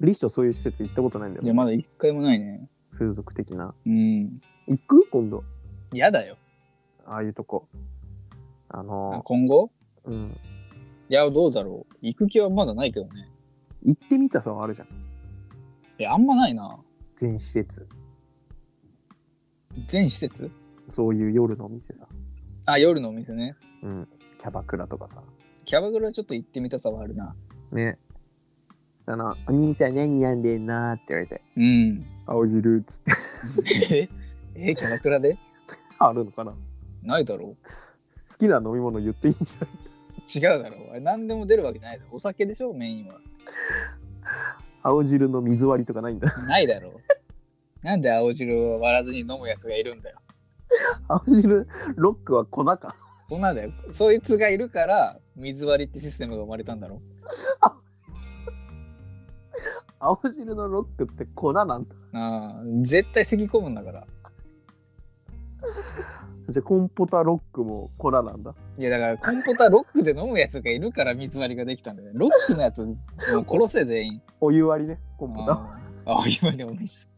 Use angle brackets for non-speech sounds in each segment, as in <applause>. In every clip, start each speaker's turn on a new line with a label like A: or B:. A: リヒトそういう施設行ったことないんだ
B: いや
A: よ。
B: まだ一回もないね
A: 風俗的な。
B: うん
A: 行く今度。
B: 嫌だよ
A: ああいうとこ。あ
B: あ
A: の
B: 今後
A: ー、うん。
B: いやどうだろう行く気はまだないけどね
A: 行ってみたさはあるじゃん。
B: いやあんまないな
A: 全施設。
B: 全施設
A: そういう夜のお店さ。
B: あ夜のお店ね
A: うん。キャバクラとかさ。
B: キャバクラちょっと行ってみたさはあるな
A: ね。あの、お兄さん何やんでんなーって言われて。
B: うん
A: 青汁っつって。
B: <laughs> ええキャバクラで
A: あるのかな
B: ないだろ
A: 好きな飲み物言っていいんじゃないう
B: 違うだろうあれ何でも出るわけないだろお酒でしょメインは
A: 青汁の水割りとかないんだ。
B: ないだろう <laughs> なんで青汁を割らずに飲むやつがいるんだよ
A: 青汁、ロックは粉か。
B: こんなんだよそいつがいるから水割りってシステムが生まれたんだろ
A: 青汁のロックって粉なんだ。
B: ああ絶対咳込むんだから
A: じゃあコンポタロックも粉なんだ。
B: いやだからコンポタロックで飲むやつがいるから水割りができたんだよねロックのやつもう殺せ全員
A: お湯割りね、コンポタ。
B: ああお湯割りお水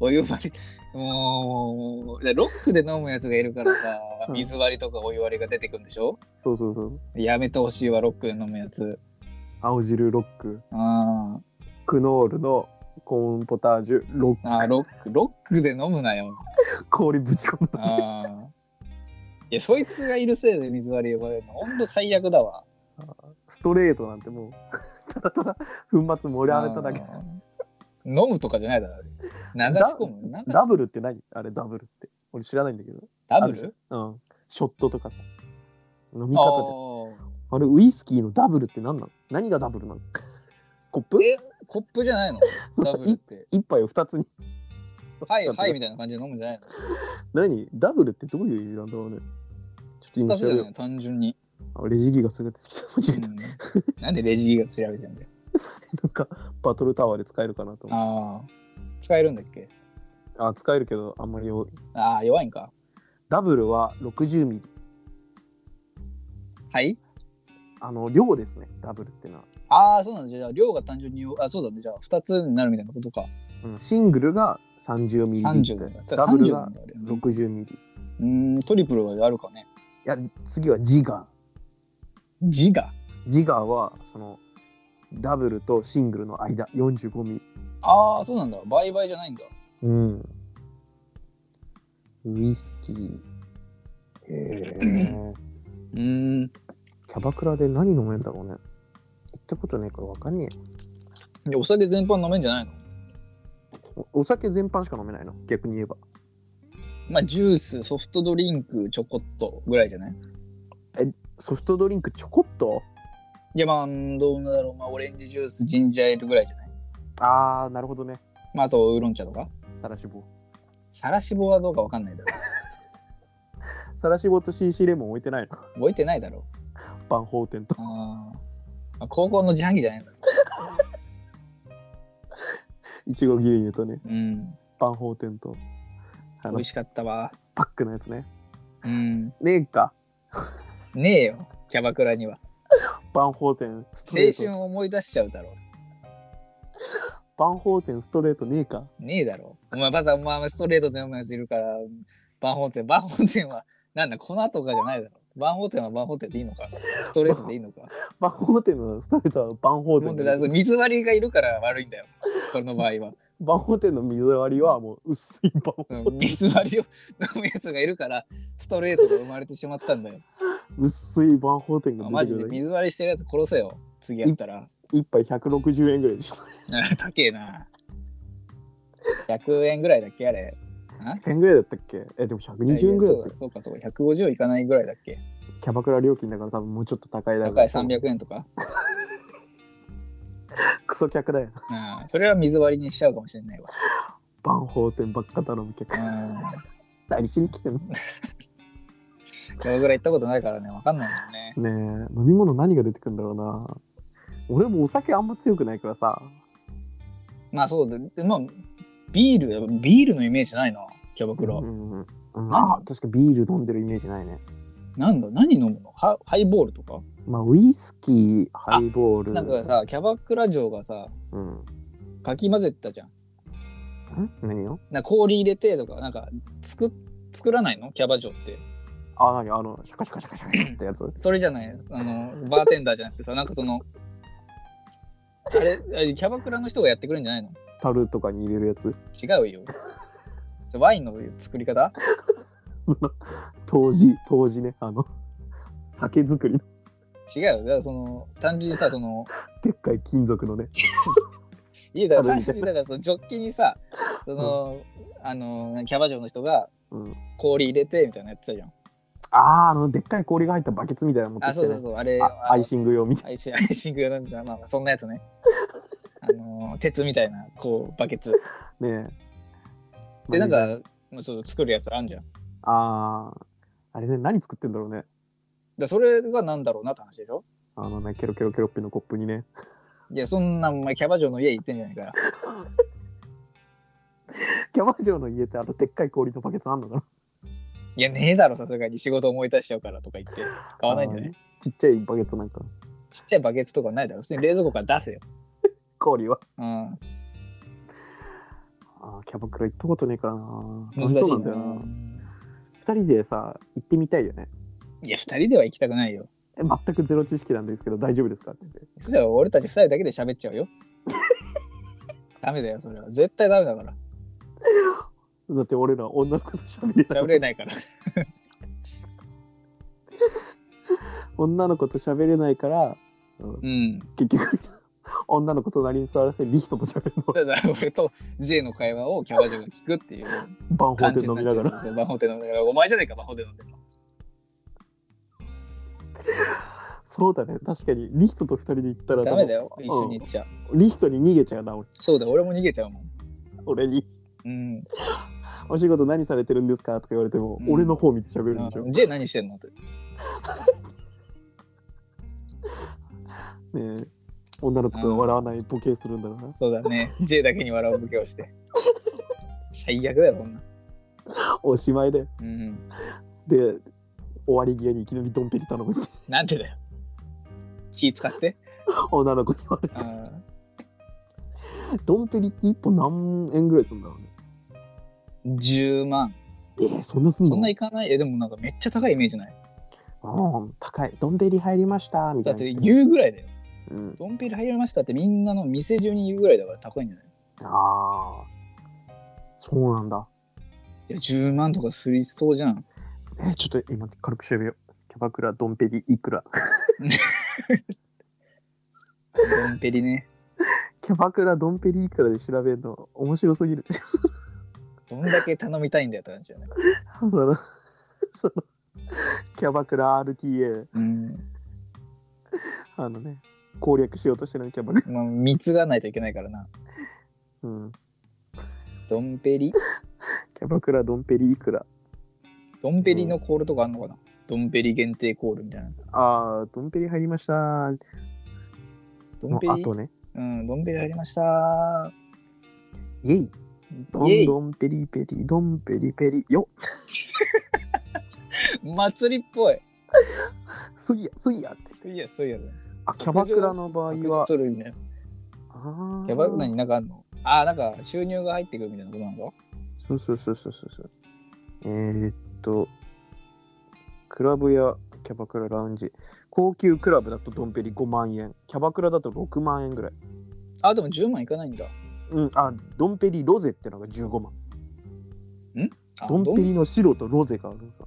B: お湯割りもうでロックで飲むやつがいるからさ
A: うん
B: 水割りとかお湯割りが出てくんでしょ
A: そうそうそう。
B: やめてほしいわロックで飲むやつ
A: 青汁ロック。
B: あ
A: クノールのコーンポタージュ、ロ
B: あああロックロックで飲むなよ
A: ック、氷ぶち込んだ。
B: ああいやそいつがいるせいで水割り呼ばれるのほんと最悪だわ
A: ストレートなんてもう、 <laughs> ただただ粉末盛り上げただけ。
B: うん飲むとかじゃないだろあれ流し込むなんか
A: ダブルって何あれダブルって。俺知らないんだけど。
B: ダブ
A: あるじ
B: ル
A: ゃんうん。ショットとかさ。飲み
B: あ
A: 方で。あれ、ウイスキーのダブルって何なの何がダブルなのコップ
B: ーえコップじゃない
A: <laughs>
B: のダブルって
A: 一杯を二つに。
B: はいはいみたいな感じで飲むんじゃない
A: 何ダブルってどういう意味なんだろうね。ちょっと
B: の
A: 今
B: 二つ
A: 調
B: じ
A: べ
B: ゃ
A: よ
B: ない単純に、
A: う。あレジギがすぐ出てきた。間違
B: う
A: えた
B: んなんでレジギが調べてんだよ
A: なんか、バトルタワーで使えるかなと思っ
B: ああ使えるんだっけ
A: て。あ、使えるけど、あんまりよ。
B: ああ弱いんか
A: ダブルは60ミリ。
B: はい
A: あの、量ですね。ダブルってのは。
B: ああそうなんだじゃあ量が単純にあそうだねじゃあ二つになるみたいなことか
A: うん、シングルが30ミリリ
B: 30
A: ットル
B: だ
A: ダブル
B: 30な
A: が
B: んだあれう
A: 60ミリ。い
B: んトリプルはあるかね
A: や、次はジガー。
B: 字が
A: ジガーは、その、ダブルとシングルの間、45ミリ。
B: ああそうなんだ倍々じゃないんだ
A: うん。ウイスキー。へえ。
B: うーん
A: キャバクラで何飲めんだろうね。行ったことねえからわかんねえよ
B: でお酒全般飲めんじゃないの
A: お。お酒全般しか飲めないの逆に言えば。
B: まあジュースソフトドリンクちょこっとぐらいじゃない
A: ソフトドリンクちょこっと
B: いやまあうんどうなんだろう、まあ、オレンジジュースジンジャーエールぐらいじゃない、
A: あー、なるほどね。
B: まあ、あとウーロン茶とか
A: サラシボ。
B: サラシボはどうかわかんないだろ
A: サラシボと CC レモン置いてないの。 <laughs>
B: う置いてないだろ
A: 万宝店 <laughs> と
B: う。あー、まあ、高校の自販機じゃないんだろ
A: いちご牛乳とね、
B: ううん
A: 万宝店と。あ
B: 美
A: の
B: 味、しかったわ
A: パックのやつね。
B: うん
A: ねえか。
B: ねえよキャバクラには
A: 万宝店ストレ
B: 青
A: ー
B: 春
A: ト。
B: を思い出しちゃうだろう
A: 万宝店ストレートねえか。 <laughs>
B: ねえだろうお前またお前ストレートで飲むやついるからバンホーテンバンホーテンはなんだ粉とかじゃないだろバンホーテンはバンホーテンでいいのかストレートでいいのか
A: 万宝店のストレートは万宝
B: もう
A: 店
B: だから
A: で。
B: 水割りがいるから悪いんだよ、この場合は。
A: 万宝店の水割りはもう薄い万
B: そ
A: 宝
B: の水割りを飲むやつがいるから、ストレートが生まれてしまったんだよ。
A: 薄い万宝店が
B: あ
A: 出
B: マ
A: て
B: ジ
A: く
B: で
A: るだけ
B: 水割りしてるやつ殺せよ、次やったら。 <laughs>
A: 一杯160円ぐらいでしょ
B: 高えな。100円ぐらいだっけあれ。
A: 100円ぐらいだったっけ <laughs> えでも120円ぐらいだっ
B: そう
A: たっ
B: だそうかそうか、150いかないぐらいだっけ
A: けキャバクラ料金だから多分もうちょっと高いだろう
B: 高い300円とか。
A: クソ客だよ
B: ああそれは水割りにしちゃうかもしれないわ。
A: 万宝店ばっか頼む客
B: うん。
A: 何しに来てんの
B: キャバクラ行ったことないからね、わかんないもんね。
A: ねえ飲み物何が出てくるんだろうな俺もお酒あんま強くないからさ
B: まあそうだ、でまあ、ビール、ビールのイメージないな、キャバクラ。
A: うんうんうん、あ確かビール飲んでるイメージないね
B: なんだ何飲むのハハイボールとか、
A: まあウイスキーハイボール
B: なんかさキャバクラ嬢がさ
A: うん、
B: かき混ぜたじゃん。
A: ん何を
B: なんか氷入れてとか、なんか作っ作らないのキャバ嬢って。
A: あ、何あの、シャカシャカシャカシャカって
B: <laughs>
A: やつ。
B: それじゃない、あの、バーテンダーじゃなくてさ、なんかその、あれ、あれキャバクラの人がやってくれるんじゃないの
A: 樽とかに入れるやつ。
B: 違うよ。ワインの作り方
A: 当時、当時ね、あの、酒造りの
B: 違うよ。だからその、単純にさ、その、
A: でっかい金属のね。
B: いやだから最初にだからそのジョッキにさ、その、あの、キャバ嬢の人が
A: うん。
B: 氷入れてみたいなのやってたじゃん。
A: あー、あの、でっかい氷が入ったバケツみたいなの持って
B: あ、
A: きて、
B: そう
A: ね。
B: そうそう、あれ、
A: あアイシング用みたい
B: アイシアイシング用のみたいな、まあまあ、そんなやつ <laughs> ね。あの、鉄みたいな、こう、バケツ。
A: な。ねえ
B: で、なん、か、まあそう作るやつあんじゃん。だか
A: あー、あれね、何作ってんだろうね。
B: らそれがなんだろうなって話でしょ
A: あのね、ケロケロケロッピのコップにね。 <laughs>
B: いや、そんな、お前、キャバ嬢の家行ってんじゃないから。
A: キャバ嬢の家ってあのでっかい氷のバケツあんのかない
B: や、ねえだろ、さすがに仕事思い出しちゃうからとか言って、買わないんじゃない
A: あーちっちゃいバケツなんか、
B: ちっちゃいバケツとかないだろ。普通に冷蔵庫から出せよ。
A: 氷は。
B: うん。
A: あーキャバクラ行ったことねえからな。
B: 難し
A: 楽
B: い
A: しそう
B: な。
A: な。二人でさ、行ってみたいよね。
B: いや、二人では行きたくないよ。
A: え全くゼロ知識なんですけど大丈夫ですかって言って。
B: そしたら俺たち二人だけで喋っちゃう <laughs> よ。ダメだよ、それは。絶対ダメだ <laughs> から。
A: だって俺ら女の子と喋れない。
B: 喋れないから。
A: 女の子と喋れないから、うん
B: うん。
A: 結局、 <laughs> 女の子隣に座らせてリヒトと喋るの。
B: ただ、 <laughs> 俺と J の会話をキャバ嬢が聞くっていう
A: バンホー
B: 感
A: テ
B: じに
A: 飲
B: な
A: み
B: っ
A: な
B: ち
A: がら。
B: ゃうんですよ。バホテ飲みながら。お前じゃねえか、バホテ飲んでるの。
A: そうだね。確かに、リヒトと二人で行ったら
B: ダメだよ、一緒に行っちゃう。
A: 多分リヒトに逃げちゃうな、俺
B: そうだ、俺も逃げちゃうもん。
A: 俺に。
B: うん。
A: お仕事何されてるんですかとか言われても、
B: うん
A: 俺の方見て喋るんでしょ。
B: うん J 何してんのって。
A: ねえ女の子が笑わないボケするんだろうな。
B: そうだね。J <laughs> だけに笑う武器をして。 <laughs> 最悪だよ、こんな。
A: おしまいで。
B: うん。
A: で、終わり際にいきなりドンペリ頼むって。 <laughs>
B: なんてだよ。気使って。
A: 女の子に言われて
B: うん。
A: ドンペリって一本何円ぐらいするんだろうね。
B: 10万。
A: えー、そんなすんの
B: そんないかないえ、でもなんかめっちゃ高いイメージない。
A: うん、高い。ドンペリ入りました、みた
B: だ
A: い
B: っ
A: な。
B: て言うぐらいだよ。
A: うん、
B: ドンペリ入りましたってみんなの店中に言うぐらいだから高いんじゃない
A: ああ。そうなんだ。
B: いや、10万とかすりそうじゃん。
A: えー、ちょっと今軽く調べよう。キャバクラ、ドンペリ、いくら。
B: ドンペリね。
A: キャバクラ、ドンペリ、いくらで調べるの面白すぎる。
B: どんだけ頼みたいんだよって話だよね。
A: <laughs> その、その、キャバクラ RTA、
B: うん。
A: あのね、攻略しようとしてないキャバクラ。
B: まあ、貢がないといけないからな。
A: うん。
B: ドンペリ
A: キャバクラ、ドンペリ、いくら。
B: ドンペリのコールとかあんのかなドンペリ限定コールみたいな。
A: ああ、ドンペリ入りました。
B: ドン
A: の
B: ペ
A: あ
B: リ
A: とね、
B: うん、ドンペリ入りました。
A: イェイド
B: イェイ
A: ンドンペリペリ、ドンペリペリ、よ
B: 祭りっぽい。
A: っすいや、すいやって。
B: そういや、そういやだね。
A: あ、キャバクラの場合は、
B: 取るね。
A: ああ。
B: キャバクラになんかあんのああ、なんか収入が入ってくるみたいなことなのか
A: そうそうそうそうそうそう。えー、っと、クラブやキャバクララウンジ。高級クラブだとドンペリ5万円。キャバクラだと6万円ぐらい。
B: あ、でも10万いかないんだ。
A: うん、あ、ドンペリロゼってのが15万。
B: あ
A: ドンペリの白とロゼがあるんさ。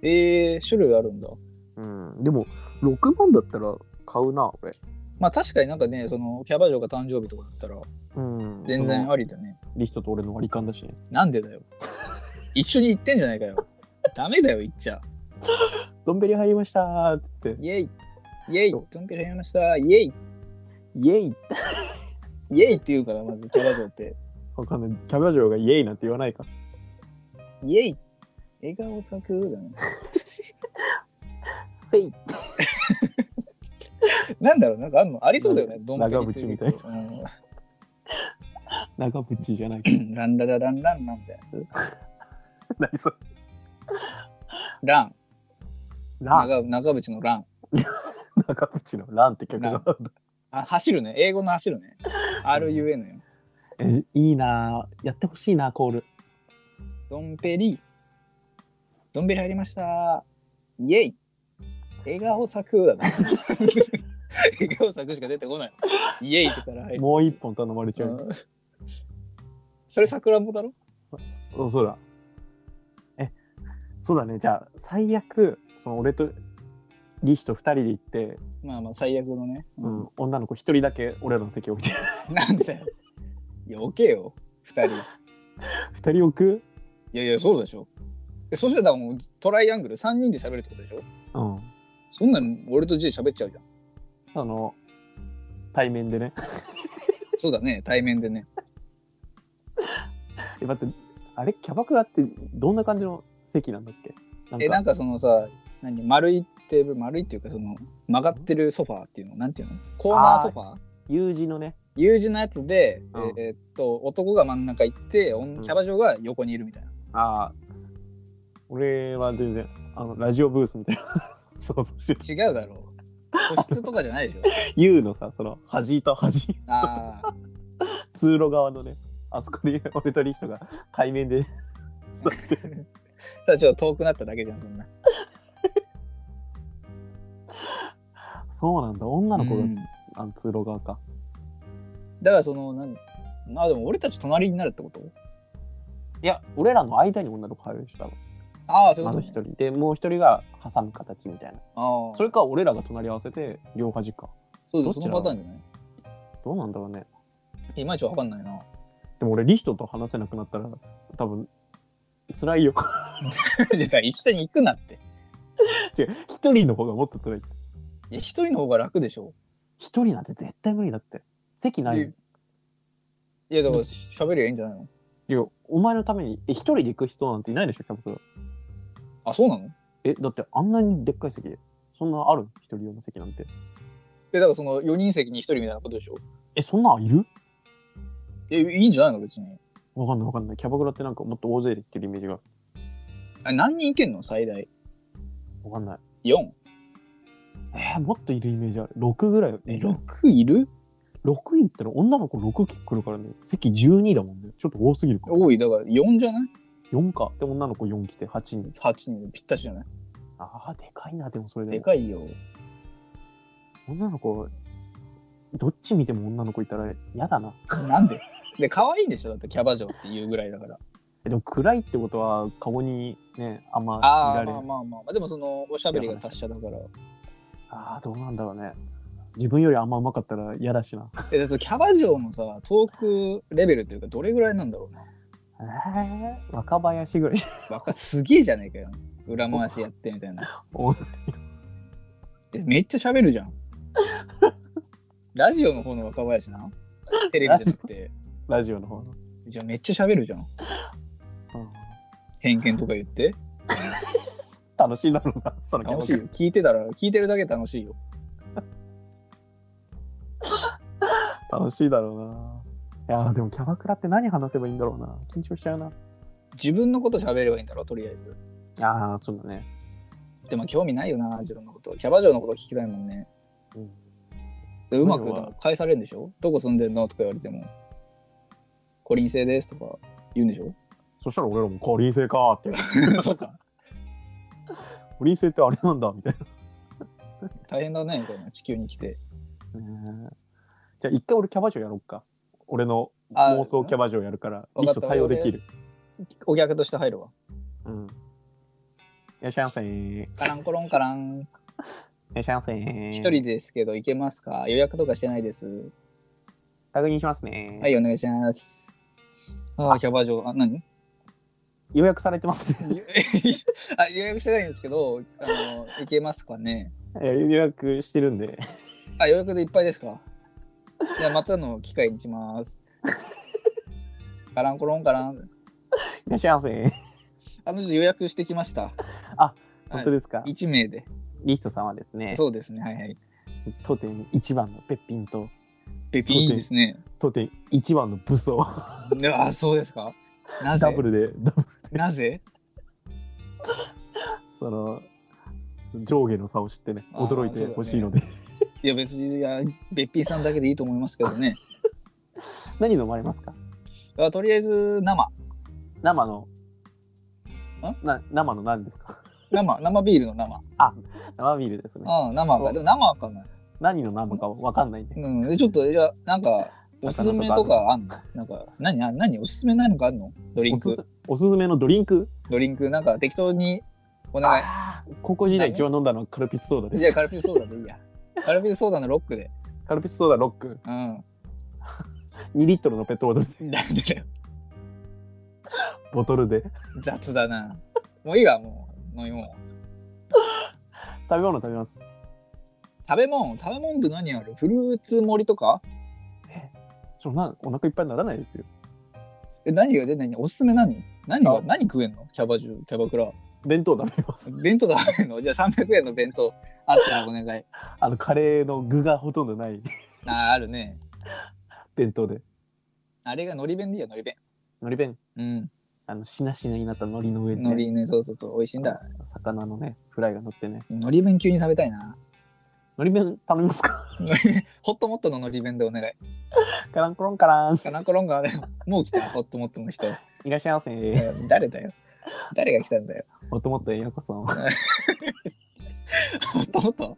B: えー、種類あるんだ。
A: うん、でも6万だったら買うな、俺。
B: まあ確かになんかね、そのキャバ嬢が誕生日とかだったら
A: うん、
B: 全
A: そ
B: 然
A: の。
B: ありだね。
A: リストと俺の割り勘だしね。
B: なんでだよ。一緒に行ってんじゃないかよ。ダメだよ、行っちゃ。
A: ドンペリ入りましたーって。
B: イェイ。イェイ。
A: そう
B: ドンペリ入りました。イェイ。
A: イエイ
B: イェイって言うから、まずキャバ嬢って。
A: わかんない。キャバ嬢がイエイなんて言わないか。
B: イェイ。笑顔咲くだね。
A: せい
B: なんだろう、なんかあんのありそうだよね、ドンペリ
A: 長渕みたい
B: な。うん
A: 長渕じゃない <laughs> か。
B: ランララランランなんてやつ。
A: 何それ。
B: ラン。
A: ラン。
B: 長長渕のラン。
A: 長渕のランって曲があるんだ
B: あ、走るね。英語の走るね。RUN よ。
A: <laughs> えいいなぁやってほしいなコール
B: ドンペリ。ドンペリ入りました。イェイ笑顔作だな。 <laughs> 笑顔作しか出てこない。イェイってから入る。
A: もう一本頼まれちゃう、
B: うんそれ桜もだろ
A: おそうだえそうだねじゃあ最悪その俺とリヒと2人で行って、
B: まあまあ最悪のね。
A: うん女の子1人だけ俺らの席置いて <laughs>
B: なんでいや、置けよ、二人。い
A: 2人置く
B: やいや、そうでしょ。えそしたらもうトライアングル三人で喋るってことでしょ
A: うん
B: そんなの俺と J 喋っちゃうじゃん。
A: あの対面でね <laughs>
B: そうだね、対面でね。
A: え待ってあれキャバクラってどんな感じの席なんだっけなんか
B: え、なんかそのさ、何、丸いテーブル、丸いっていうか、その曲がってるソファーっていうの、なんていうのコーナーソファー
A: U 字のね
B: U 字のやつで、
A: うん
B: えーっと、男が真ん中行って、女キャバ嬢が横にいるみたいな。
A: ああ俺は全然あのラジオブースみたいな <laughs> そうそうしてる
B: 違うだろう。個室とかじゃないで
A: <laughs>
B: しょ。
A: U のさその端と端
B: ああ、
A: 通路側のねあそこで俺とリヒトが対面で
B: ただちょっと遠くなっただけじゃん、そんな。
A: そうなんだ女の子が、
B: うん
A: あの通路側か
B: だからそのなんまあでも俺たち隣になるってこと
A: いや俺らの間に女の子入る人だ
B: ああそういう
A: ま
B: こ
A: ず
B: と
A: 一
B: ね、
A: 人でもう一人が挟む形みたいな
B: ああ
A: それか俺らが隣り合わせて両端か
B: そうで
A: ど
B: す
A: っち
B: そ
A: な
B: の
A: の
B: パターンじゃない
A: どうなんだろうね
B: いまいちわかんないな <laughs>
A: でも俺リヒトと話せなくなったら多分辛いよ <laughs>
B: でさ一緒に行くなって
A: 違う一人の方がもっと辛い
B: いや一人の方が楽でしょ
A: 一人なんて絶対無理だって席ないよ
B: えいやだから喋りゃいいんじゃないの
A: いやお前のためにえ一人で行く人なんていないでしょキャバクラ
B: あそうなの
A: えだってあんなにでっかい席でそんなある一人用の席なんて
B: でだからその4人席に1人みたいなことでしょ
A: えそんなんいる
B: えいいんじゃないの別に
A: わかんないわかんないキャバクラってなんかもっと大勢で行ってるイメージがある
B: あ何人いけんの最大
A: わかんない
B: 4?
A: えー、もっといるイメージある6ぐらい
B: え6いる
A: 6位ったら女の子6来るからね席12だもんねちょっと多すぎるか
B: 多いだから4じゃない
A: 4かで女の子4来て8人
B: ?8 人でぴったしじゃない
A: あーでかいなでもそれ
B: で
A: で
B: かいよ
A: 女の子どっち見ても女の子いたら嫌だな
B: なんでで可愛いんでしょだってキャバ嬢っていうぐらいだから
A: えでも暗いってことは顔にねあんま
B: あ
A: 見ら
B: あ
A: れ
B: ま
A: な
B: あ
A: い
B: まあまあまあでもそのおしゃべりが達者だから
A: ああどうなんだろうね自分よりあんま上手かったら嫌だしな
B: えだってキャバ嬢のさトークレベルというかどれぐらいなんだろうな
A: えー、若林ぐらい
B: 若すげえじゃねえかよ裏回しやってみたいな
A: お
B: えめっちゃ喋るじゃんラジオの方の若林なテレビじゃなくて
A: <laughs> ラジオの方の、
B: じゃあめっちゃ喋るじゃん
A: うん、
B: 偏見とか言って
A: 楽しいだろうな <laughs> そのキャバ
B: 楽
A: ク
B: しい
A: ラ
B: よ聞いてたら聞いてるだけ楽しいよ
A: 楽しいだろうな。いやーでもキャバクラって何話せばいいんだろうな。緊張しちゃうな。
B: 自分のこと喋ればいいんだろとりあえず
A: ああ、そうだね。
B: でも興味ないよな自分のことキャバ嬢のこと聞きたいもんね
A: うん、
B: でうまく
A: そういうのは
B: 返されるんでしょどこ住んでんのとか言われても。コリン製ですとか言うんでしょ
A: そしたら俺らも、コリン星かーって。
B: <laughs> そうか。
A: コリン星ってあれなんだ、みたい
B: 大変だね、みたいな、地球に来て。 <laughs>
A: な。ねえじゃあ一回俺キャバ嬢やろうか。俺の
B: あ
A: 妄想キャバ嬢やるから、
B: わ
A: リ
B: か
A: ス
B: った
A: ト対応できる。
B: お客として入るわ。
A: うん。いらっしゃいませー。い
B: カランコロンカラン。
A: らっしゃいませー。
B: 一人ですけど、行けますか予約とかしてないです。
A: 確認しますね。
B: はい、お願いします。ああ、キャバ嬢。あ、何 <laughs>
A: 予約されてますね。 <laughs>
B: あ予約してないんですけど、あの、行けますかね
A: え予約してるんで。
B: あ、予約でいっぱいですかじゃあ、またの機会に
A: <laughs>
B: します。カランコロンカラン。
A: いらっしゃいませー。
B: あの、予約してきました。
A: あ、
B: は
A: 本
B: い
A: 当ですか、
B: 1名で。
A: リストさんはですね、
B: そうですね。はいはい。
A: 当店一番のべっぴんと、
B: ペピいいですね。
A: 当店一番の武 <laughs> 装
B: あ、そうですか。な
A: ダ
B: ぜ
A: ブルで <laughs> ダブル
B: なぜ
A: その上下の差を知ってね
B: あー
A: 驚いてほしいので、
B: いや、別に、いや、べっぴんさんだけでいいと思いますけどね。
A: 何飲まれますか
B: あとりあえず生
A: 生のな生の何ですか
B: 生生ビールの生
A: 生ビールですね
B: うん生
A: そ
B: か
A: う
B: でも生かな
A: 何の生かわかんないんで
B: うんでちょっとじゃあなんかおすすめとかあんのなんか何あ何おすすめ何かあんのドリン
A: おす
B: ク
A: すおすすめのドリンク
B: ドリンクなんか適当にお願い
A: あー高校時代一番飲んだのはカルピスソーダで
B: いや
A: す
B: カルピスソーダでいいやカルピスソーダのロックで
A: カルピスソーダロック
B: うん
A: 2リットルのペットボトル
B: なんでだよ
A: ボトルで
B: 雑だなもういいわもう飲み物
A: 食べ物食べます
B: 食べ物食べ物って何あるフルーツ盛りとか
A: ちょなお腹いっぱいにならないですよ
B: え何が出ないおすすめ何何が
A: あ
B: 何食えんのキャバ嬢キャバクラ
A: 弁当食べます
B: 弁当食べるの <laughs> じゃあ300円の弁当あったらお願い
A: あのカレーの具がほとんどない <laughs>
B: あーあるね
A: 弁当で
B: あれがのり弁でいいよのり弁
A: 海苔弁
B: うん
A: あのしなしなになった海苔の上に、ね、
B: のりねそうそうそう美味しいんだ
A: 魚のねフライが乗ってね
B: のり弁急に食べたいな <laughs>
A: 海苔弁頼みますか <laughs>
B: のり弁ホットモットののり弁でお願い
A: カランコロンカラン
B: カランコロンガーでもう来たホットモットの人
A: いらっしゃいませ
B: えー誰だよ誰が来たんだよ
A: もともとようこそ
B: ホットモットホットモ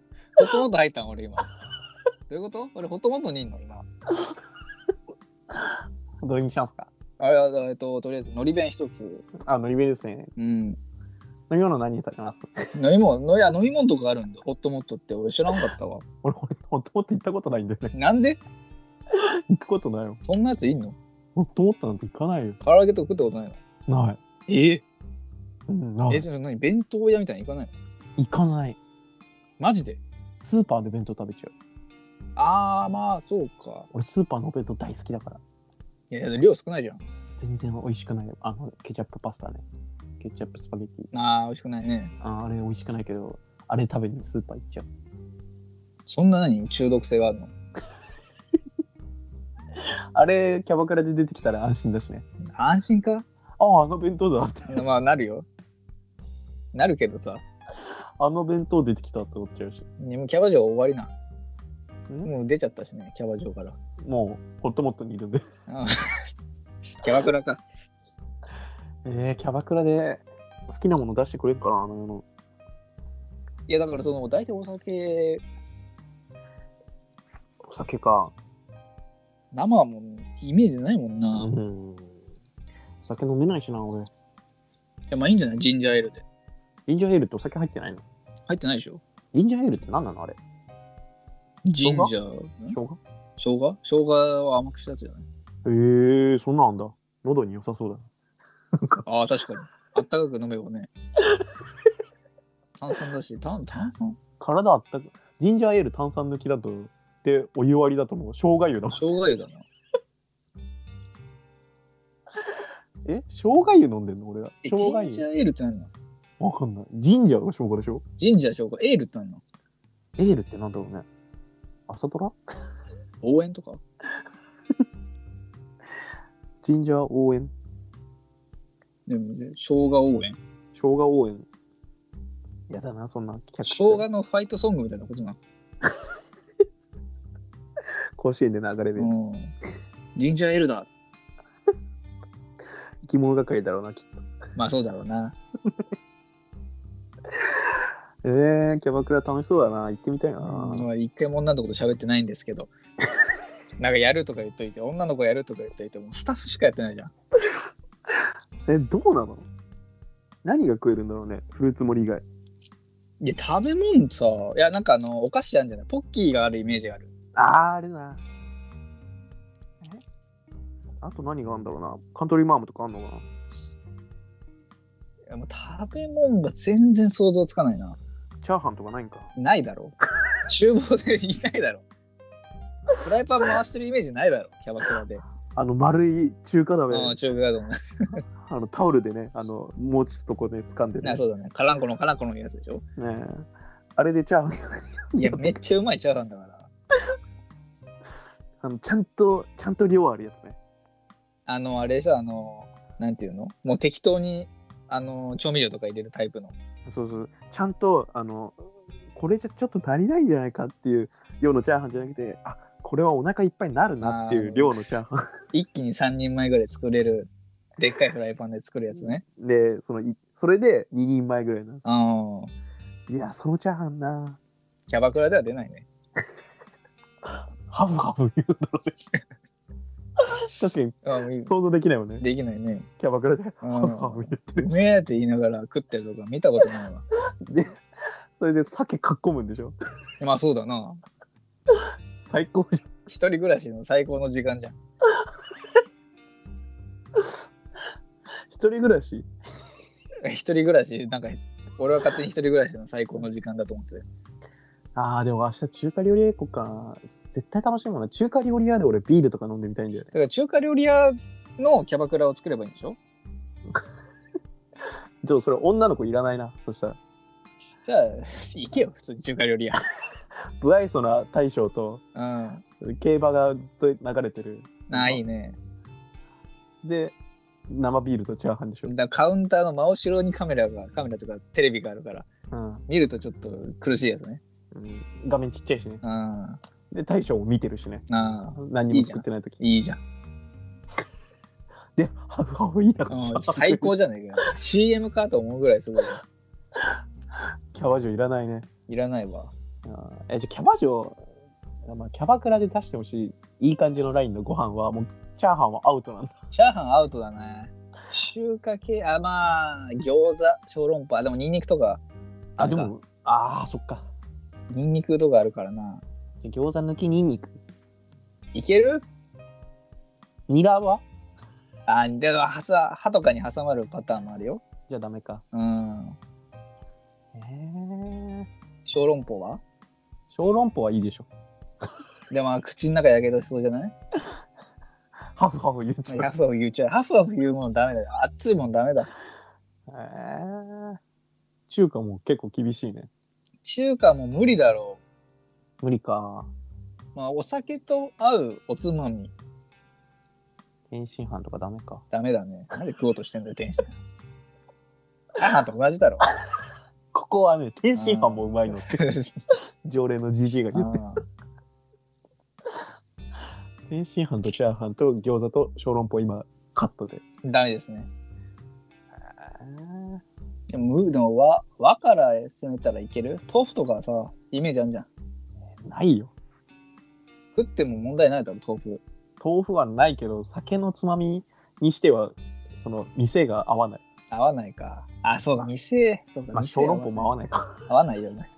B: ット入ったん俺今どういうこと俺ホットモットにいんの今
A: どれにしますか
B: あれえっととりあえずのり弁一つ
A: あ海苔弁ですね
B: うん
A: 飲み物何食べます
B: 飲み物のいや飲み物とかあるんだホットモットって俺知らなかったわ
A: 俺ほほともと行ったことないんだよね <laughs>
B: なんで
A: 行ったことないよ
B: そんなやついんの
A: ほともとなんて行かないよ
B: 唐揚げとか食ったことないの
A: ない
B: え
A: うんな
B: え
A: い
B: それ何弁当屋みたいに行かないの
A: 行かない
B: マジで
A: スーパーで弁当食べちゃう
B: ああまあそうか
A: 俺スーパーのお弁当大好きだから
B: いや量少ないじゃん
A: 全然美味しくないよあのケチャップパスタねケチャップスパゲッティ
B: あー美味しくないね
A: あーあれ美味しくないけどあれ食べにスーパー行っちゃう
B: そんな何中毒性があるの
A: あれキャバクラで出てきたら安心だしね
B: 安心か <laughs>
A: あああの弁当だって
B: まあなるよなるけどさ
A: あの弁当出てきたって思っちゃうし
B: ねもうキャバ嬢終わりな
A: うん
B: もう出ちゃったしねキャバ嬢から
A: もうほっともっとにいるんで
B: うん <laughs> キャバクラか
A: えー、キャバクラで好きなもの出してくれるかなあの世の
B: いやだからその大体お酒
C: お酒か。
B: 生はもうイメージないもんな、
A: う
B: い
A: んお酒飲めないしな俺
B: やまあいいんじゃないジンジャーエールで
A: ジンジャーエールってお酒入ってないの
B: 入ってないでしょ
A: ジンジャーエールって何なのあれ
B: ジンジャー
A: 生姜
B: 生姜生姜は甘くしたやつじゃない
A: えー、そんなんあんだ喉に良さそうだな
B: ああ確かにあったかく飲めばね炭酸だし炭炭酸
A: 体あったかジンジャーエール炭酸抜きだとでお湯割りだともう生姜湯だもん
B: 生姜湯だな
A: え生姜湯飲んでんの俺ら
B: え
A: 生
B: ジ
A: 姜
B: ンジャ
A: 湯
B: ーエールって何なの
A: わかんないジンジャーが生姜でしょ
B: ジンジャー生姜エールって何なの
A: エールってなんだろうね朝ドラ
B: 応援とか
A: ジンジャー応援
B: でも生姜応援
A: 生姜応援やだなそんな
B: 生
A: 企画
B: 姜のファイトソングみたいなことな
A: 甲子園で流れるやつ、
B: の、うん、ジンジャーエールだ
A: 生き物係だろうなきっと
B: まあそうだろうな
A: えー、キャバクラ楽しそうだな行ってみたいな、
B: まあ一回も女の子と喋ってないんですけど <laughs> なんかやるとか言っといて女の子やるとか言っといてもうスタッフしかやってないじゃん
A: えどうなの何が食えるんだろうねフルーツ盛り以外
B: いや食べ物さいやなんかあのお菓子あんじゃないポッキーがあるイメージがある
A: あーあれだなえあと何があるんだろうなカントリーマームとかあんのかない
B: やもう食べ物が全然想像つかないな
A: チャーハンとかないんか
B: ないだろ厨房でいないだろフライパン回してるイメージないだろキャバクラで
A: あの丸い中華鍋
B: うん中華ガードの
A: あのタオルでね、あの持つとこね、掴んでね。
B: あそうだねカランコのカランコのやつでしょ
A: ねえあれでチャーハン、
B: いやめっちゃうまいチャーハンだから
A: あのちゃんと、ちゃんと量あるやつね。
B: あの、あれでしょ、あの、なんていうのもう適当に、あの、調味料とか入れるタイプの。
A: そうそう。ちゃんと、あの、これじゃちょっと足りないんじゃないかっていう量のチャーハンじゃなくて、あこれはお腹いっぱいになるなっていう量のチャーハ
B: 一気に3人前ぐらい作れるでっかいフライパンで作るやつね
A: ンでそのいそれで2人前ぐらいなんで
B: うん
A: すいやそのチャーハンな
B: キャバクラでは出ないね
A: ハブハブ言うんだろうね確かに
B: あもういい
A: 想像できないよね
B: できないね
A: キャバクラでハ
B: う
A: ブハブ
B: ん
A: 言ってる
B: うめえって言いながら食ってるとか見たことないわ
A: でそれで酒かっこむんでしょ
B: まあそうだな
A: 最高じ
B: 一人暮らしの最高の時間じゃん <laughs>
A: ゃん一人暮らし
B: 一人暮らしなんか俺は勝手に一人暮らしの最高の時間だと思ってたよ
A: ああでも明日中華料理屋行こうか絶対楽しいもんな中華料理屋で俺ビールとか飲んでみたいんだよね
B: だから中華料理屋のキャバクラを作ればいいんでしょ
A: でもそれ女の子いらないなそしたら
B: じゃあ <laughs> 行けよ普通に中華料理屋
A: 不愛想な大将と
B: うん
A: 競馬がずっと流れてる
B: ああいいね
A: で生ビールとチャーハンでしょ、
B: だからカウンターの真後ろにカメラがカメラとかテレビがあるから
A: うん
B: 見るとちょっと苦しいやつね
A: うん画面ちっちゃいしね
B: うんあ
A: で大将も見てるしね
B: あ
A: 何にも作ってない時
B: いいじゃん
A: でハフハフ言いなが
B: う
A: らチャーハン
B: ん最高じゃないかよ <laughs> CM かと思うぐらいすごい
A: キャバ嬢いらないね
B: いらないわ
A: あーえじゃあキャバ嬢、まあ、キャバクラで出してほしいいい感じのラインのご飯はもうチャーハンはアウトなんだ
B: チャーハンアウトだね中華系あまあ餃子小籠包あでもニンニクとか
A: あでもあーそっか
B: ニンニクとかあるからな
A: じゃあ餃子抜きニンニク
B: いける
A: ニラは
B: あだからはさ歯とかに挟まるパターンもあるよ
A: じゃあダメか
B: うん
A: えー、
B: 小籠包は
A: 小籠包はいいでしょ
B: でも口の中やけどしそうじゃない
A: ハフハフ言っちゃう
B: ハフハフ言っちゃうハフハフ言うものダメだよ熱いもんダメだ
A: えー、中華も結構厳しいね
B: 中華も無理だろ
A: 無理か
B: うまあお酒と合うおつまみ
A: 天津飯とかダメか
B: ダメだねなんで食おうとしてんだよ天津チャーハンと同じ
A: <laughs>
B: だろ
A: ここはね天津飯もうまいのって常連のじじいが
B: う
A: 言って
B: ん
A: 天津飯とチャーハンと餃子と小籠包今カットで
B: ダメですね。でも、ムードは和から攻めたらいける豆腐とかさ、イメージあるじゃん。
A: ないよ
B: 食っても問題ないだろ、豆腐。
A: 豆腐はないけど酒のつまみにしてはその店が合わない、
B: 合わないか。あ、そうか、店、そうか、
A: まあ、
B: 店
A: 小籠包も合
B: 合わ
A: わないか
B: ない。合わないよね。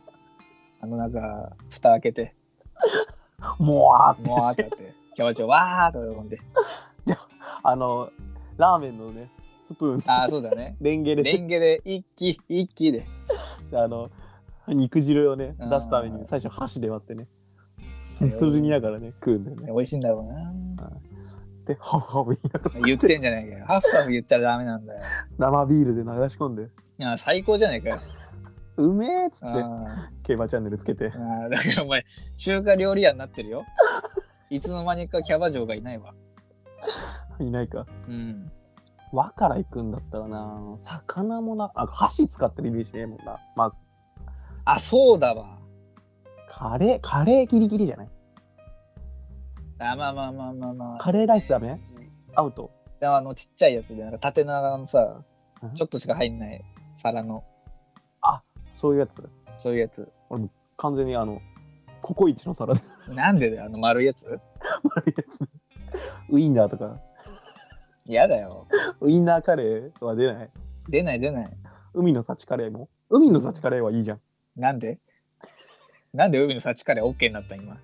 B: あの、なんか、蓋開けて、
A: もうあって
B: もうあっ
A: して
B: やって、 <laughs> キャバ嬢、わーっと喜んで。
A: あのラーメンのねスプーン
B: あ、そうだね。
A: レンゲで
B: レンゲで、一気、一気で。
A: あの肉汁をね
B: うん
A: 出すために最初箸で割ってねすすりながらね食うんだよね
B: 美味しいんだろうな。
A: でハブハブ言いながら
B: 言ってんじゃないかよ。ハフハフ言ったらダメなんだよ。
A: 生ビールで流し込んで
B: いや、最高じゃないかよ。
A: うめえっつ
B: う
A: っ
B: ん
A: て競馬チャンネルつけて
B: あーだからお前中華料理屋になってるよ <laughs> いつの間にかキャバ嬢がいないわ
A: いないか
B: うん
A: 和から行くんだったらな魚もなあ箸使ってるイメージねもんなまず
B: あそうだわ
A: カレーカレーギリギリじゃない
B: あまあまあまあまあまあ
A: カレーライスダメアウト
B: あのちっちゃいやつでなんか縦長のさ
A: うん
B: ちょっとしか入んない皿の
A: そういうやつ
B: そういうやつ
A: 完全にあのココイチの皿で
B: なんでだよあの丸いやつ
A: 丸いやつウインナーとか
B: やだよ
A: ウインナーカレーは出ない
B: 出ない出ない
A: 海の幸カレーも海の幸カレーはいいじゃん
B: なんでなんで海の幸カレー OK になった今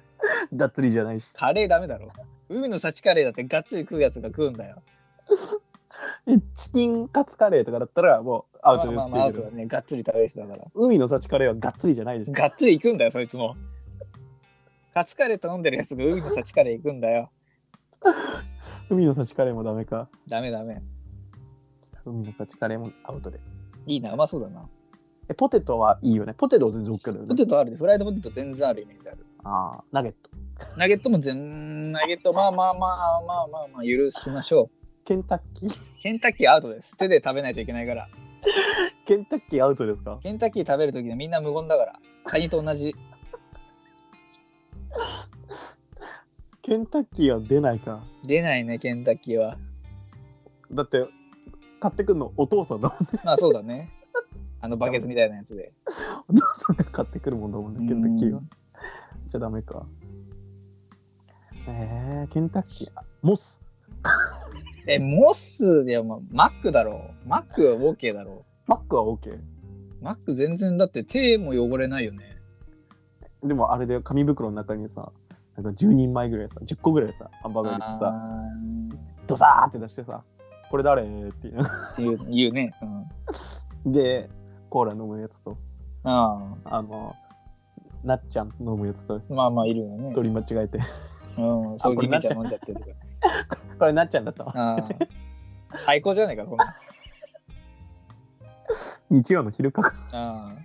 A: がっつりじゃないし
B: カレーダメだろ海の幸カレーだってがっつり食うやつが食うんだよ
A: えチキンカツカレーとかだったらもうアウトです
B: ま
A: っ
B: あ
A: て
B: ま
A: 言
B: あまあア
A: う
B: ウ
A: け
B: ト
A: ど
B: だねがっつり食べる人だから
A: 海の幸カレーはがっつりじゃないでしょ
B: がっつり行くんだよ、そいつも。カツカレー頼んでるやつが海の幸カレー行くんだよ。
A: 海の幸カレーもダメか
B: ダメダメ。
A: 海の幸カレーもアウトで
B: いいな、うまそうだな。
A: えポテトはいいよねポテトは全然 OK だよ
B: ポ
A: ね
B: テトあるで、フライドポテト全然あるイメージある。
A: ああナゲット
B: ナゲットも全、ナゲット、まあまあまあまあまあまあ、許しましょ
A: ケンタッキー <laughs>
B: う。ケンタッキーアウトです。手で食べないといけないから。
A: ケンタッキーアウトですか
B: ケンタッキー食べるときみんな無言だから。カニと同じ。
A: ケンタッキーは出ないか。
B: 出ないね、ケンタッキーは。
A: だって、買ってくんのお父さんだ <laughs> もんね。
B: まあそうだね。あのバケツみたいなやつで。
A: お父さんが買ってくるもんだもんね、ケンタッキーは。じゃダメか。えー、ケンタッキー、あモス。
B: え、モスでもマックだろう。マックは OK だろ
A: マックは OK。
B: う。マック全然だって手も汚れないよね。
A: でもあれで紙袋の中にさ、なんか10人前ぐらいさ、10個ぐらいさ、ハンバーガー入れてさ、
B: あ
A: ドサーって出してさ、これ誰って言う。
B: ーっていう言うね。うん。
A: で、コーラ飲むやつと、
B: あ
A: あの、なっちゃん飲むやつと、
B: あ、まあまあいるよね。
A: 取り間違えて、
B: うん、そういう
A: これ
B: 君
A: なっ
B: ち
A: ちゃ
B: ゃん
A: う
B: 飲んじゃってとか。
A: これなっちゃんだったわ。
B: ああ。最高じゃないか、こんなん。
A: 日曜の昼か。
B: ああ。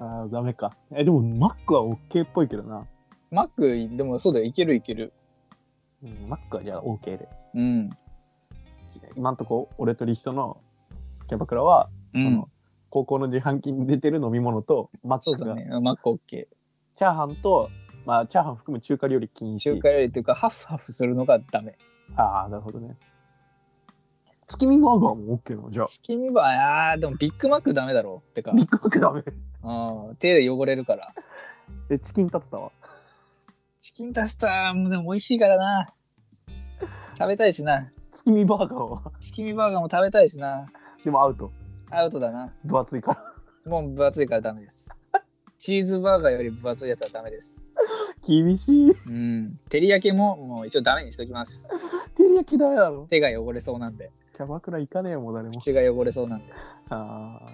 A: あーダメか。え、でもマックは OK っぽいけどな。
B: マック、でもそうだよ、いけるいける。
A: うんマックはじゃあ OK で。
B: うん。
A: 今んとこ俺とリヒトのキャバクラは、
B: う
A: そ
B: ん
A: の。高校の自販機に出てる飲み物とマ
B: そ
A: ッ
B: う
A: ク
B: だ
A: が、
B: ね。マック OK。
A: チャーハンと、まあ、チャーハン含む中華料理禁止。
B: 中華よりというか、ハフハフするのがダメ。
A: ああ、なるほどね。月見バーガーも OK な
B: <laughs>
A: のじゃあ。
B: 月見ば、ああー、でもビッグマックダメだろ。てか
A: ビ、ッグマックダメ。
B: うん手で汚れるから。
A: え、チキン立つたわ。
B: チキンタスターでも美味しいからな。食べたいしな。
A: 月見バーガーは。 <laughs>
B: 月見バーガーも食べたいしな。
A: でもアウト。
B: アウトだな。
A: 分厚いから。
B: もう分厚いからダメです。 <laughs> チーズバーガーより分厚いやつはダメです。
A: 厳しい。
B: うん。照り焼きももう一応ダメにしときます。
A: 照り焼きダメだろ。
B: 手が汚れそうなんで。
A: キャバクラ行かねえよ、もう誰も。
B: 口が汚れそうなんで。
A: ああ、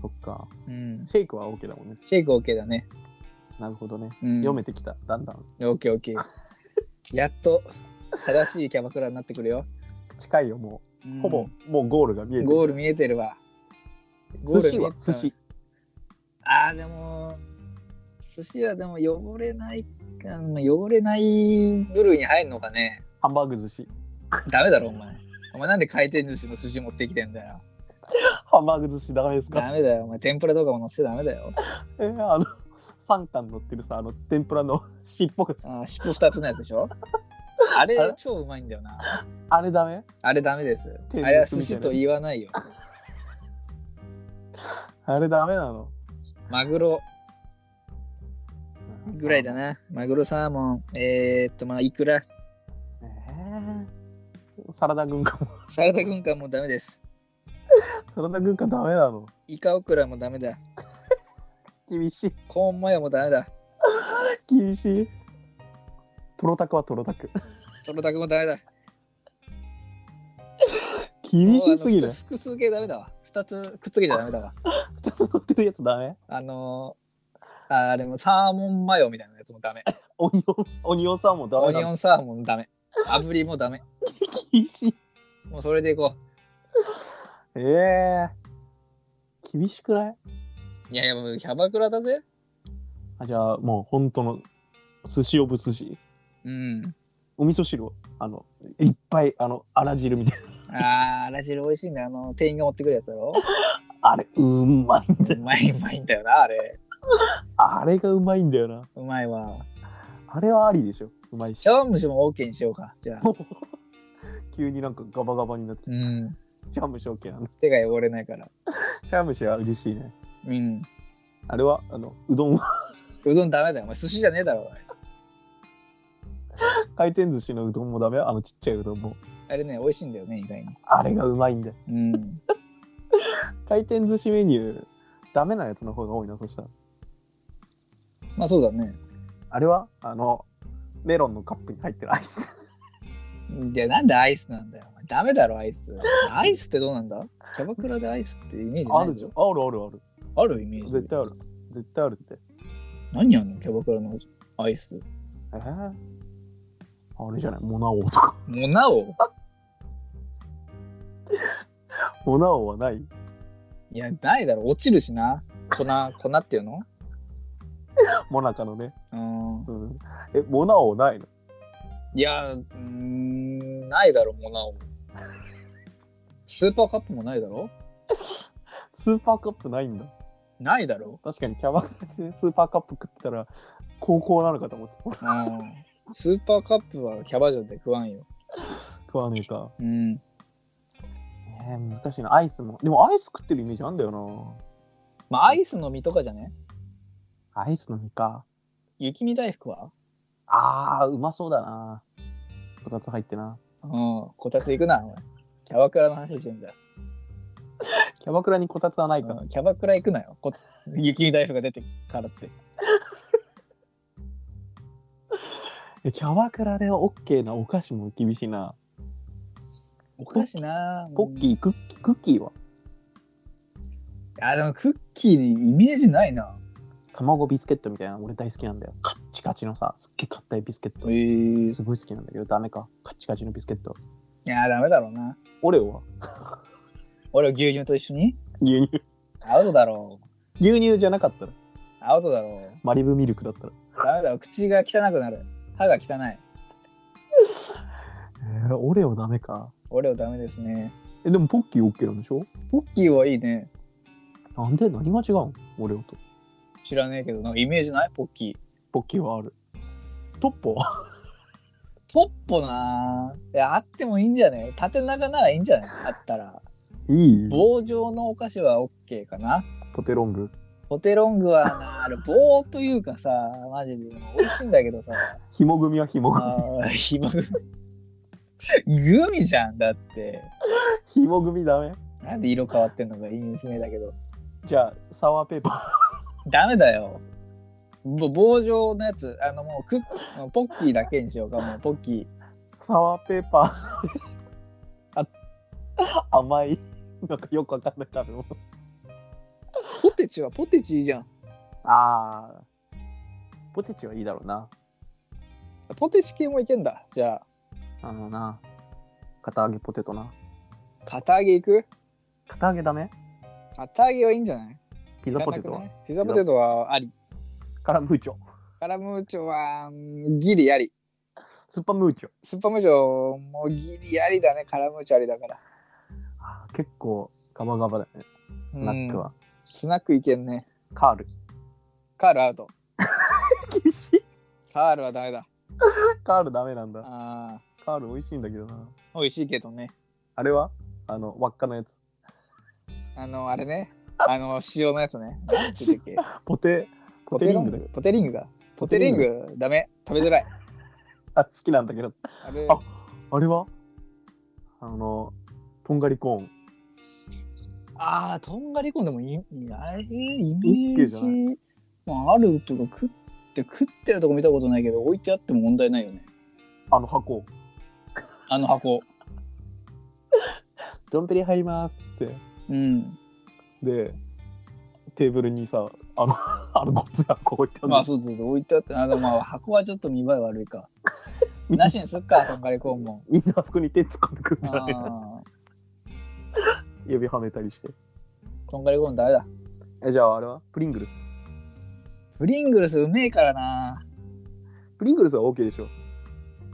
A: そっか。
B: うん。
A: シェイクは OK だもんね。
B: シェイク OK だね。
A: なるほどね。
B: うん。
A: 読めてきた、だんだん。
B: OK、OK。やっと正しいキャバクラになってくるよ。
A: 近いよ、も
B: うん
A: う。ほぼ、もうゴールが見えてる。
B: ゴール見えてるわ。ゴール
A: 寿司は
B: 見え
A: 寿
B: てた
A: 司。
B: ああ、でも、寿司はでも汚れない、あの汚れない部類に入るのかね。
A: ハンバーグ寿司。
B: ダメだろ、お前。お前なんで回転寿司の寿司持ってきてんだよ。
A: ハンバーグ寿司ダメですか
B: ダメだよ、お前。天ぷらとかも乗せちゃダメだよ。
A: えーあの、三貫乗ってるさ、あの、天ぷらの <laughs> 尻尾がさ、
B: あー尻尾二つのやつ
A: <laughs>
B: でしょあれ
A: あれ
B: 超うまいんだよな。
A: あれダメ
B: あれダメです。あ
A: 天むす
B: れは寿司と言わないよ。
A: あれダメなの
B: マグロぐらいだ。な。マグロサーモン。えー、っと、まあ、イクラ。
A: えーサラダ軍艦も、
B: サラダ軍艦もダメです。
A: サラダ軍艦ダメなの
B: イカオクラもダメだ。
A: 厳しい、
B: コーンマヨもダメだ。
A: 厳しい。トロタクはトロタク。
B: トロタクもダメだ。
A: 厳しすぎ
B: もうあの
A: る
B: ふ。複数形ダメだわ。二つくっつけちゃダメだわ。
A: 乗ってるやつダメ
B: あのー、ああれもサーモンマヨみたいなやつもダメ。
A: オニオン、オニオンさんもダ
B: オ
A: メ
B: ニ
A: な
B: オ
A: の
B: ンサーモンもダメ。炙りもダメ。
A: 厳しい。
B: もうそれでいこ。
A: ええー。厳しくないう
B: いやいや、もうキャバクラだぜ。
A: あ、じゃあもう本当の寿司オブ寿司。
B: うん。
A: お味噌汁を、あの、いっぱい、あの、あら汁みたいな。
B: あー、あら汁美味しいんだよ。あの、店員が持ってくるやつだろ。
A: あれ、うまいんだ
B: う
A: よ。
B: まいうまいんだよな、あれ。
A: あれがうまいんだよな。
B: うまいわ。
A: あれはありでしょ。うまいし
B: 茶。碗蒸しも OK にしようか。じゃあ。
A: 急になんかガバガバになってき
B: う
A: て、
B: ん。
A: チャームシ OK なんだ。
B: 手が汚れないから。
A: チャームシは嬉しいね。
B: うん。
A: あれは、あの、うどんは、
B: うどんダメだよ。お前寿司じゃねえだろ。おい
A: 回転寿司のうどんもダメあのちっちゃいうどんも。
B: あれね、美味しいんだよね、意外に。
A: あれがうまいんだよ。
B: うん。
A: 回転寿司メニュー、ダメなやつの方が多いな、そしたら。
B: まあそうだね。
A: あれは、あの、メロンのカップに入ってるアイス。
B: で、なんでアイスなんだよ。お前ダメだろ、アイス。アイスってどうなんだキャバクラでアイスってイメージない
A: あるじゃん。あるあるある。
B: あるイメージ。
A: 絶対ある。絶対あるって。
B: 何やんのキャバクラのアイス。
A: えー、あれじゃない、モナ王とか。 <laughs>
B: もうなお
A: モナ王はない
B: いや、ないだろ。落ちるしな。粉、粉っていうの
A: モナカのね。
B: うん。
A: うん。え、モナ王ないの
B: いや、うーん、ないだろ、もうなお。スーパーカップもないだろ
A: スーパーカップないんだ。
B: ないだろ。
A: 確かにキャバクラでスーパーカップ食ってたら高校なのかと思ってた。
B: うんスーパーカップはキャバ嬢で食わんよ。
A: 食わねえか。
B: うん。
A: えー、難しいな。アイスも。でもアイス食ってるイメージあんだよ
B: まあ、アイスの実とかじゃね
A: な。アイスの実か。
B: 雪見大福は
A: あー、うまそうだな。こたつ入ってな。
B: うん。こたつ行くな、お前キャバクラの話してんだよ。
A: キャバクラにこたつはないから。
B: うんキャバクラ行くなよ。こ雪見大福が出てからって。
A: えキャバクラで OK なお菓子も厳しいな。
B: おかしいな
A: ポッキー、クッキー、クッキーは
B: あ、でもクッキーにイメージないな。
A: 卵ビスケットみたいなの俺大好きなんだよ。カッチカチのさ、すっげえ硬いビスケット。
B: い
A: すごい好きなんだけど、ダメか。カッチカチのビスケット。
B: や、ダメだろうな。
A: オレオは
B: 俺は牛乳と一緒に
A: 牛乳。
B: アウトだろう。
A: 牛乳じゃなかったら。
B: アウトだろう。
A: マリブミルクだったら。
B: ダメだろう。口が汚くなる。歯が汚い。
A: えー、オレオダメか。
B: 俺はダメですね。
A: え、でもポッキー OK なんでしょ
B: ポッキーはいいね。
A: なんで何が違うんオレオと。
B: 知らねえけど、なんかイメージないポッキー。
A: ポッキーはある。トッポは
B: トッポなぁ。いや、あってもいいんじゃね縦長ならいいんじゃないあったら。
A: いい
B: 棒状のお菓子は OK かな。
A: ポテロング。
B: ポテロングはな、あれ棒というかさ、マジで美味しいんだけどさ、
A: ひも組はひも組。
B: あーひも <laughs> グミじゃんだって。
A: <laughs> ひも組ダメ
B: なんで色変わってんのか意味不明だけど。
A: じゃあ、サワーペーパ
B: ダメだよ。ぼ棒状のやつ、あのもうクッもうポッキーだけにしようか、もうポッキー。
A: ー。 <laughs> サワーペーパー。あ甘い。なんかよくわかんない食べ物。
B: ポテチはポテチいいじゃん。
A: ああ。ポテチはいいだろうな。
B: ポテチ系もいけんだ。じゃあ、
A: あのな。片揚げポテトな。
B: 片揚げいく
A: 片揚げダメ
B: 片揚げはいいんじゃない
A: ピザポテト
B: いらな
A: は
B: くないピザポテトはあり。
A: カラムーチョ。
B: カラムーチョはうんギリあり。
A: スッパムーチョ。
B: スーパームーチョもギリありだね。カラムーチョありだから。
A: あー結構ガバガバだね。スナックは。
B: スナックいけんね。
A: カール。
B: カールアウト。
A: 厳しい。
B: カールはダメだ。
A: カールダメなんだ。
B: あ
A: カール美味しいんだけどな。
B: ー美味しいけどね。
A: あれはあの、輪っかのやつ。
B: あの、あれね。あの、塩のやつね。なんて言ったっけ
A: ポテ、ポ
B: ポ
A: テ
B: テ
A: リ
B: リ
A: ン
B: ン
A: グだよ
B: グ。ポテリングだ。ポテリングダメ。食べづらい。
A: あ、好きなんだけど。
B: あれ
A: ああれはあの、とんがりコーン。
B: あー、とんがりこんでもいい。あれ、イ
A: オッケ
B: メー
A: ーじゃな
B: ジ。まあ、あるというか、食って、食ってるとこ見たことないけど、置いてあっても問題ないよね。
A: あの箱。
B: あの箱。
A: ドンペリ入りますって。
B: うん。
A: で、テーブルにさ、あの、 <laughs> あのごっつい箱置いてある
B: まあ、そうそうそう、置いてあって、あの、まあ、箱はちょっと見栄え悪いか。 <laughs> なしにすっか、とんがりこんも。
A: みんなあそこに手突っ込んでくるんじゃないの
B: あー
A: 指はめたりして。
B: とんがりごんダメだ。
A: え、じゃああれはプリングルス。
B: プリングルスうめえからな。
A: プリングルスは OK でしょ。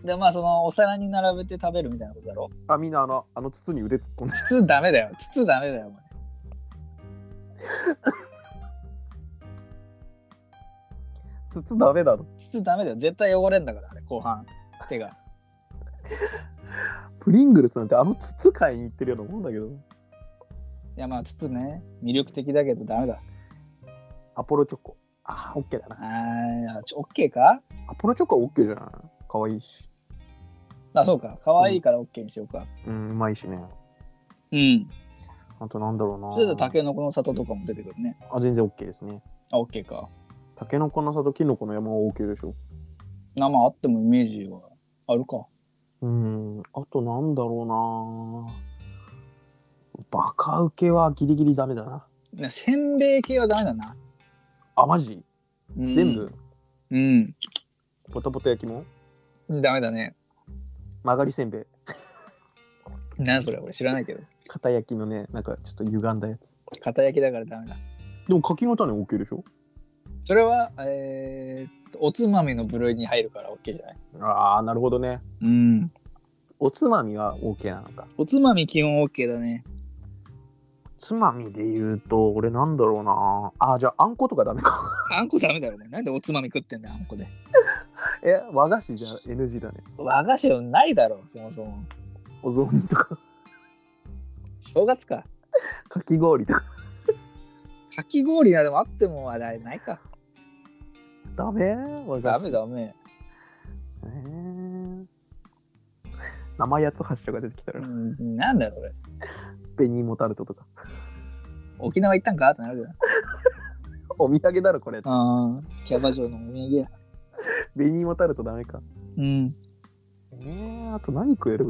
B: で、まあそのお皿に並べて食べるみたいなことだろ。
A: あ、みんなあの、あの筒に腕突っ込んで。
B: 筒ダメだよ。筒ダメだよ、お前。
A: 筒ダメだろ。
B: 筒ダメだよ。絶対汚れんだから、あれ、後半。手が。
A: プリングルスなんてあの筒買いに行ってるようなもんだけど。
B: いや、まあ筒ね、魅力的だけどダメだ。
A: アポロチョコ。あー、OK だな。
B: あーちょ、オッケーか
A: アポロチョコは OK じゃないかわいいし。
B: あ、そうか。可愛いからオッケーにしようか。
A: うん、うまいしね。
B: うん。
A: あとなんだろうな。
B: それでタケノコの里とかも出てくるね。
A: あ、全然 OK ですね。
B: あ、オッケーか。
A: タケノコの里、キノコの山は OK でしょ。
B: 生あってもイメージはあるか。
A: うん、あとなんだろうな。バカウケはギリギリダメだな。
B: ねせんべい系はダメだな。
A: あ、マジ
B: うん
A: 全部、
B: うん。
A: ポタポタ焼きも
B: ダメだね。
A: 曲がりせんべい。
B: 何それ俺知らないけど。
A: 片焼きのね、なんかちょっと歪んだやつ。
B: 片焼きだからダメだ。
A: でも柿の種 OK でしょ
B: それは、えーっとおつまみの部類に入るから OK じゃない
A: ああ、なるほどね。
B: うん。
A: おつまみは OK なのか。
B: おつまみ基本 OK だね。
A: つまみで言うと、俺なんだろうな。あ、じゃあ、あんことかダメか。 <laughs>
B: あんこダメだろ、お前。なんでおつまみ食ってんだよ、あんこで。
A: え、和菓子じゃ NG だね。
B: 和菓子はないだろ、そもそも。
A: お雑煮とか、 <laughs>
B: 正月か。
A: かき氷とか。
B: かき氷などもあっても話題ないか。
A: ダメ和菓
B: ダ
A: 子。
B: メダメ。
A: えー生八つ橋とか出てきた
B: う
A: ら、
B: ん、なんだよ、それ。
A: ベニーモタルトとか。
B: 沖縄行ったんかってなるけど。
A: お土産だろ、これ。
B: ああ、キャバ嬢のお土産や。
A: ベニーモタルトダメか。
B: うん。
A: えー、あと何食える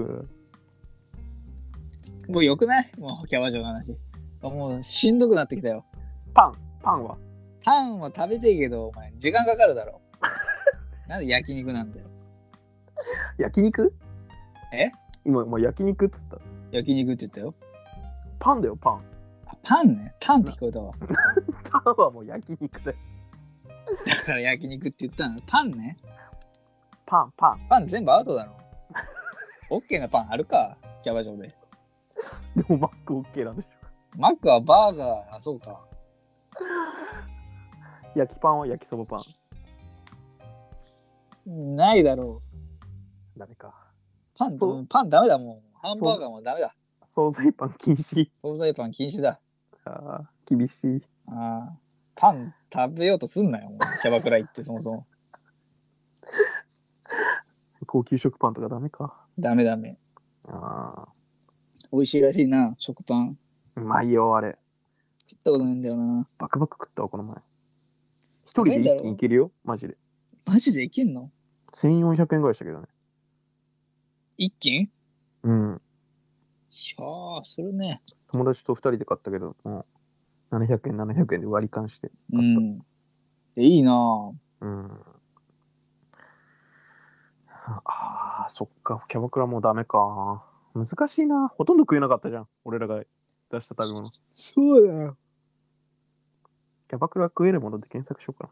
B: もうよくないもうキャバ嬢の話。もうしんどくなってきたよ。
A: パン、パンは。
B: パンは食べていいけど、お前、時間かかるだ <laughs> ろ。なんで焼肉なんだよ。
A: 焼肉
B: え
A: 今、まあ、焼肉っつった。
B: 焼肉って言ったよ。
A: パンだよ、パン。 <laughs>
B: あパンね。タンって聞こえたわ。
A: パンはもう焼肉だよ。
B: だから焼肉って言ったの。パンね。
A: パン、パン。
B: パン全部アウトだ <laughs> ろ。オッケーなパンあるか、キャバ嬢で。
A: でも、マック OK なんでし
B: マックはバーガー、あ、そうか。
A: ょ。焼きパンは焼きそばパン。
B: ないだろう。
A: ダメか。
B: パン
A: そ
B: と、パンダメだもん。ハンバーガーもダメだ。
A: 惣菜パン禁止。
B: 惣菜パン禁止だ。
A: ああ、厳しい。
B: ああ。パン食べようとすんなよ、もうキャバクラ行ってそもそも。
A: 高級食パンとかダメか。
B: ダメダメ。
A: ああ、
B: 美味しいらしいな、食パン。
A: うまいよ、あれ。
B: 食ったことないんだよな。
A: バクバク食ったわ、この前。一人で一気にいけるよ、マジで。
B: マジでいけんの
A: 1400円ぐらいしたけどね。
B: 一斤
A: うん。
B: いやー、するね。
A: 友達と二人で買ったけど、もう700円、700円で割り勘して。
B: うん。でいいなぁ
A: うん。ああ、そっか、キャバクラもうダメか。難しいな。ほとんど食えなかったじゃん、俺らが出した食べ物。キ
B: そうだよ。
A: ャバクラ食えるもので検索しようか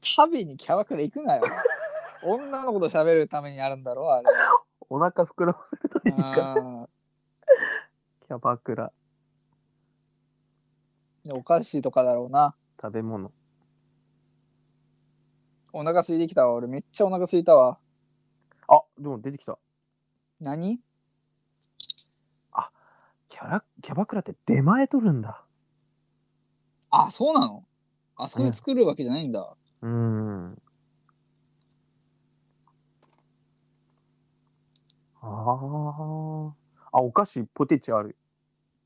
B: 食べにキャバクラ行
A: <laughs>
B: くなよ。女の子と喋るためにあるんだろう、あれ。
A: な。お腹膨らませるといいか。
B: あ
A: キャバクラ、
B: ーお菓子とかだろうな。
A: 食べ物。
B: お腹空いてきたわ。俺めっちゃお腹空いたわ。
A: あ、でも出てきた。
B: 何
A: キャラキャバクラって出前取るんだ。
B: あ、そうなのあそこで作るわけじゃないんだ。
A: うーん。あーあ、お菓子、ポテチある。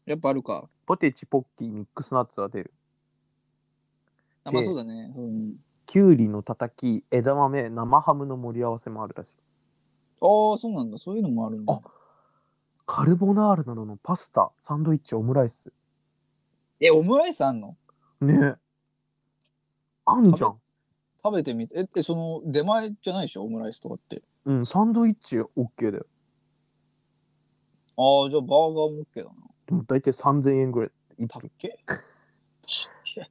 B: やっぱあるか。
A: ポテチ、ポッキー、ミックスナッツは出る。
B: あまあ
A: ええ
B: そうだね。うん。
A: きゅうりのたたき、枝豆、生ハムの盛り合わせもあるらしい。
B: ああ、そうなんだ。そういうのもあるんだ。
A: あカルボナーラなどのパスタ、サンドイッチ、オムライス。
B: え、オムライスあんの
A: ねえ。あんじゃん。
B: 食べてみて。ええ、その、出前じゃないでしょオムライスとかって。
A: うん、サンドイッチ OK だよ。
B: ああ、じゃあバーガーも OK だな。
A: でも大体3000円ぐらい。一
B: たっ
A: 品
B: け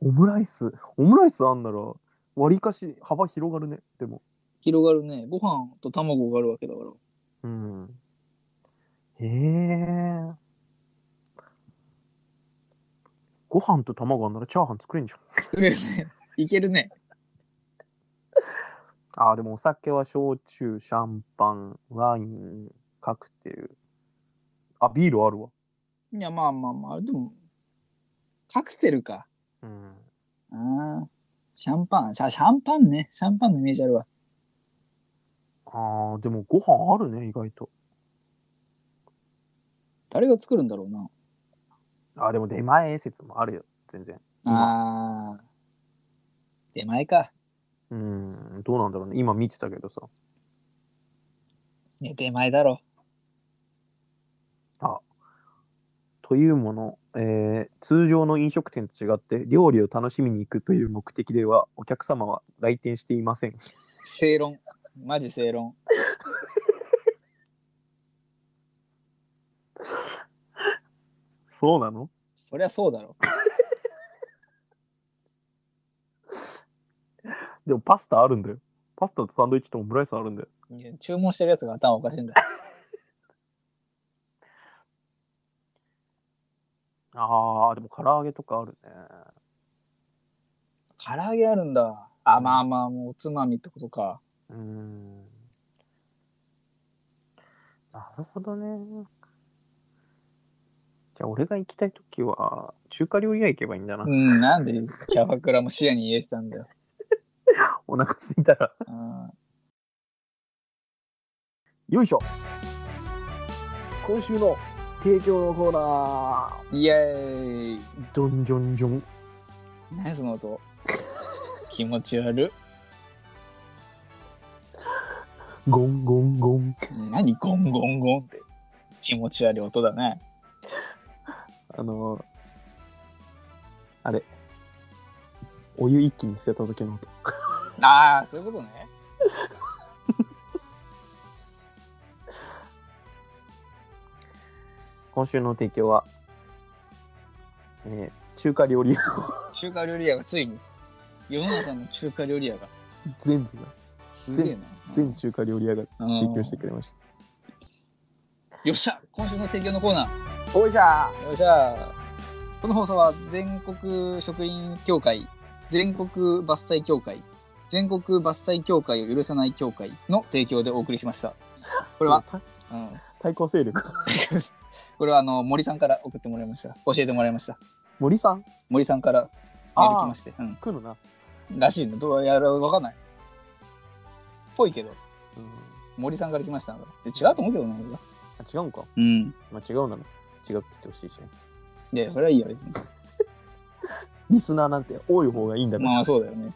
A: オムライス。オムライスあんなら、割りかし幅広がるね。でも。
B: 広がるね。ご飯と卵があるわけだから。
A: うん。へえ。ご飯と卵あんならチャーハン作れんじゃん。
B: 作れ
A: <laughs>
B: るね。いけるね。
A: ああ、でもお酒は焼酎、シャンパン、ワイン、カクテル。あ、ビールあるわ。
B: いや、まあまあまあ、でも、カクテルか。
A: うん。
B: ああ、シャンパン。シャシャンパンね。シャンパンのイメージあるわ。
A: ああ、でもご飯あるね、意外と。
B: 誰が作るんだろうな。
A: ああ、でも出前説もあるよ、全然。今
B: ああ。出前か。
A: うん、どうなんだろうね。今見てたけどさ。
B: いや、出前だろ。
A: というもの、えー通常の飲食店と違って料理を楽しみに行くという目的ではお客様は来店していません。
B: 正論。マジ正論。
A: そうなの
B: そりゃそうだろ。
A: でもパスタあるんだよ。パスタとサンドイッチとオムライスあるんだよ。
B: いや注文してるやつが頭おかしいんだ。
A: ああ、でも唐揚げとかあるね。
B: 唐揚げあるんだ。あ、まあまあ、もうおつまみってことか。
A: うーん。なるほどね。じゃあ、俺が行きたいときは、中華料理屋行けばいいんだな。
B: うん、なんでキャバクラも視野に入れてたんだよ。
A: お腹すいたら。
B: うん、
C: よいしょ今週の提供のコーナ
B: イエーイ
C: ーどんじょんじょん
B: 何その音気持ち悪
C: ゴンゴンゴン
B: い何ゴンゴンゴンって気持ち悪い音だね
C: あのーあれお湯一気に捨てた時の音
B: ああそういうことね
C: 今週の提供は、えー中華料理屋
B: 中華料理屋がついに世の中の中華料理屋が
C: 全部が
B: すげえな
C: 全中華料理屋が提供してくれまし
B: うんよっしゃ今週の提供のコーナー
C: たおいしゃ
B: よっしゃこの放送は全国職員協会全国伐採協会全国伐採協会を許さない協会の提供でお送りしましたこ
C: こ
B: れは、うん、 <laughs>
C: 対抗勢力
B: これはあの森さんから送ってもらいました教えてもらいました
C: 森さん
B: 森さんからメール来まして、うん、
C: 来るな、
B: らしいのどうやら分かんないぽいけど
C: うん、
B: 森さんから来ましたので違うと思うけどな俺は
C: あ違うんか、
B: うん
C: まあ、違うなら違うって言ってほしいしね
B: いやそれはいいよ別に
C: リスナーなんて多い方がいいんだから、
B: まあそうだよね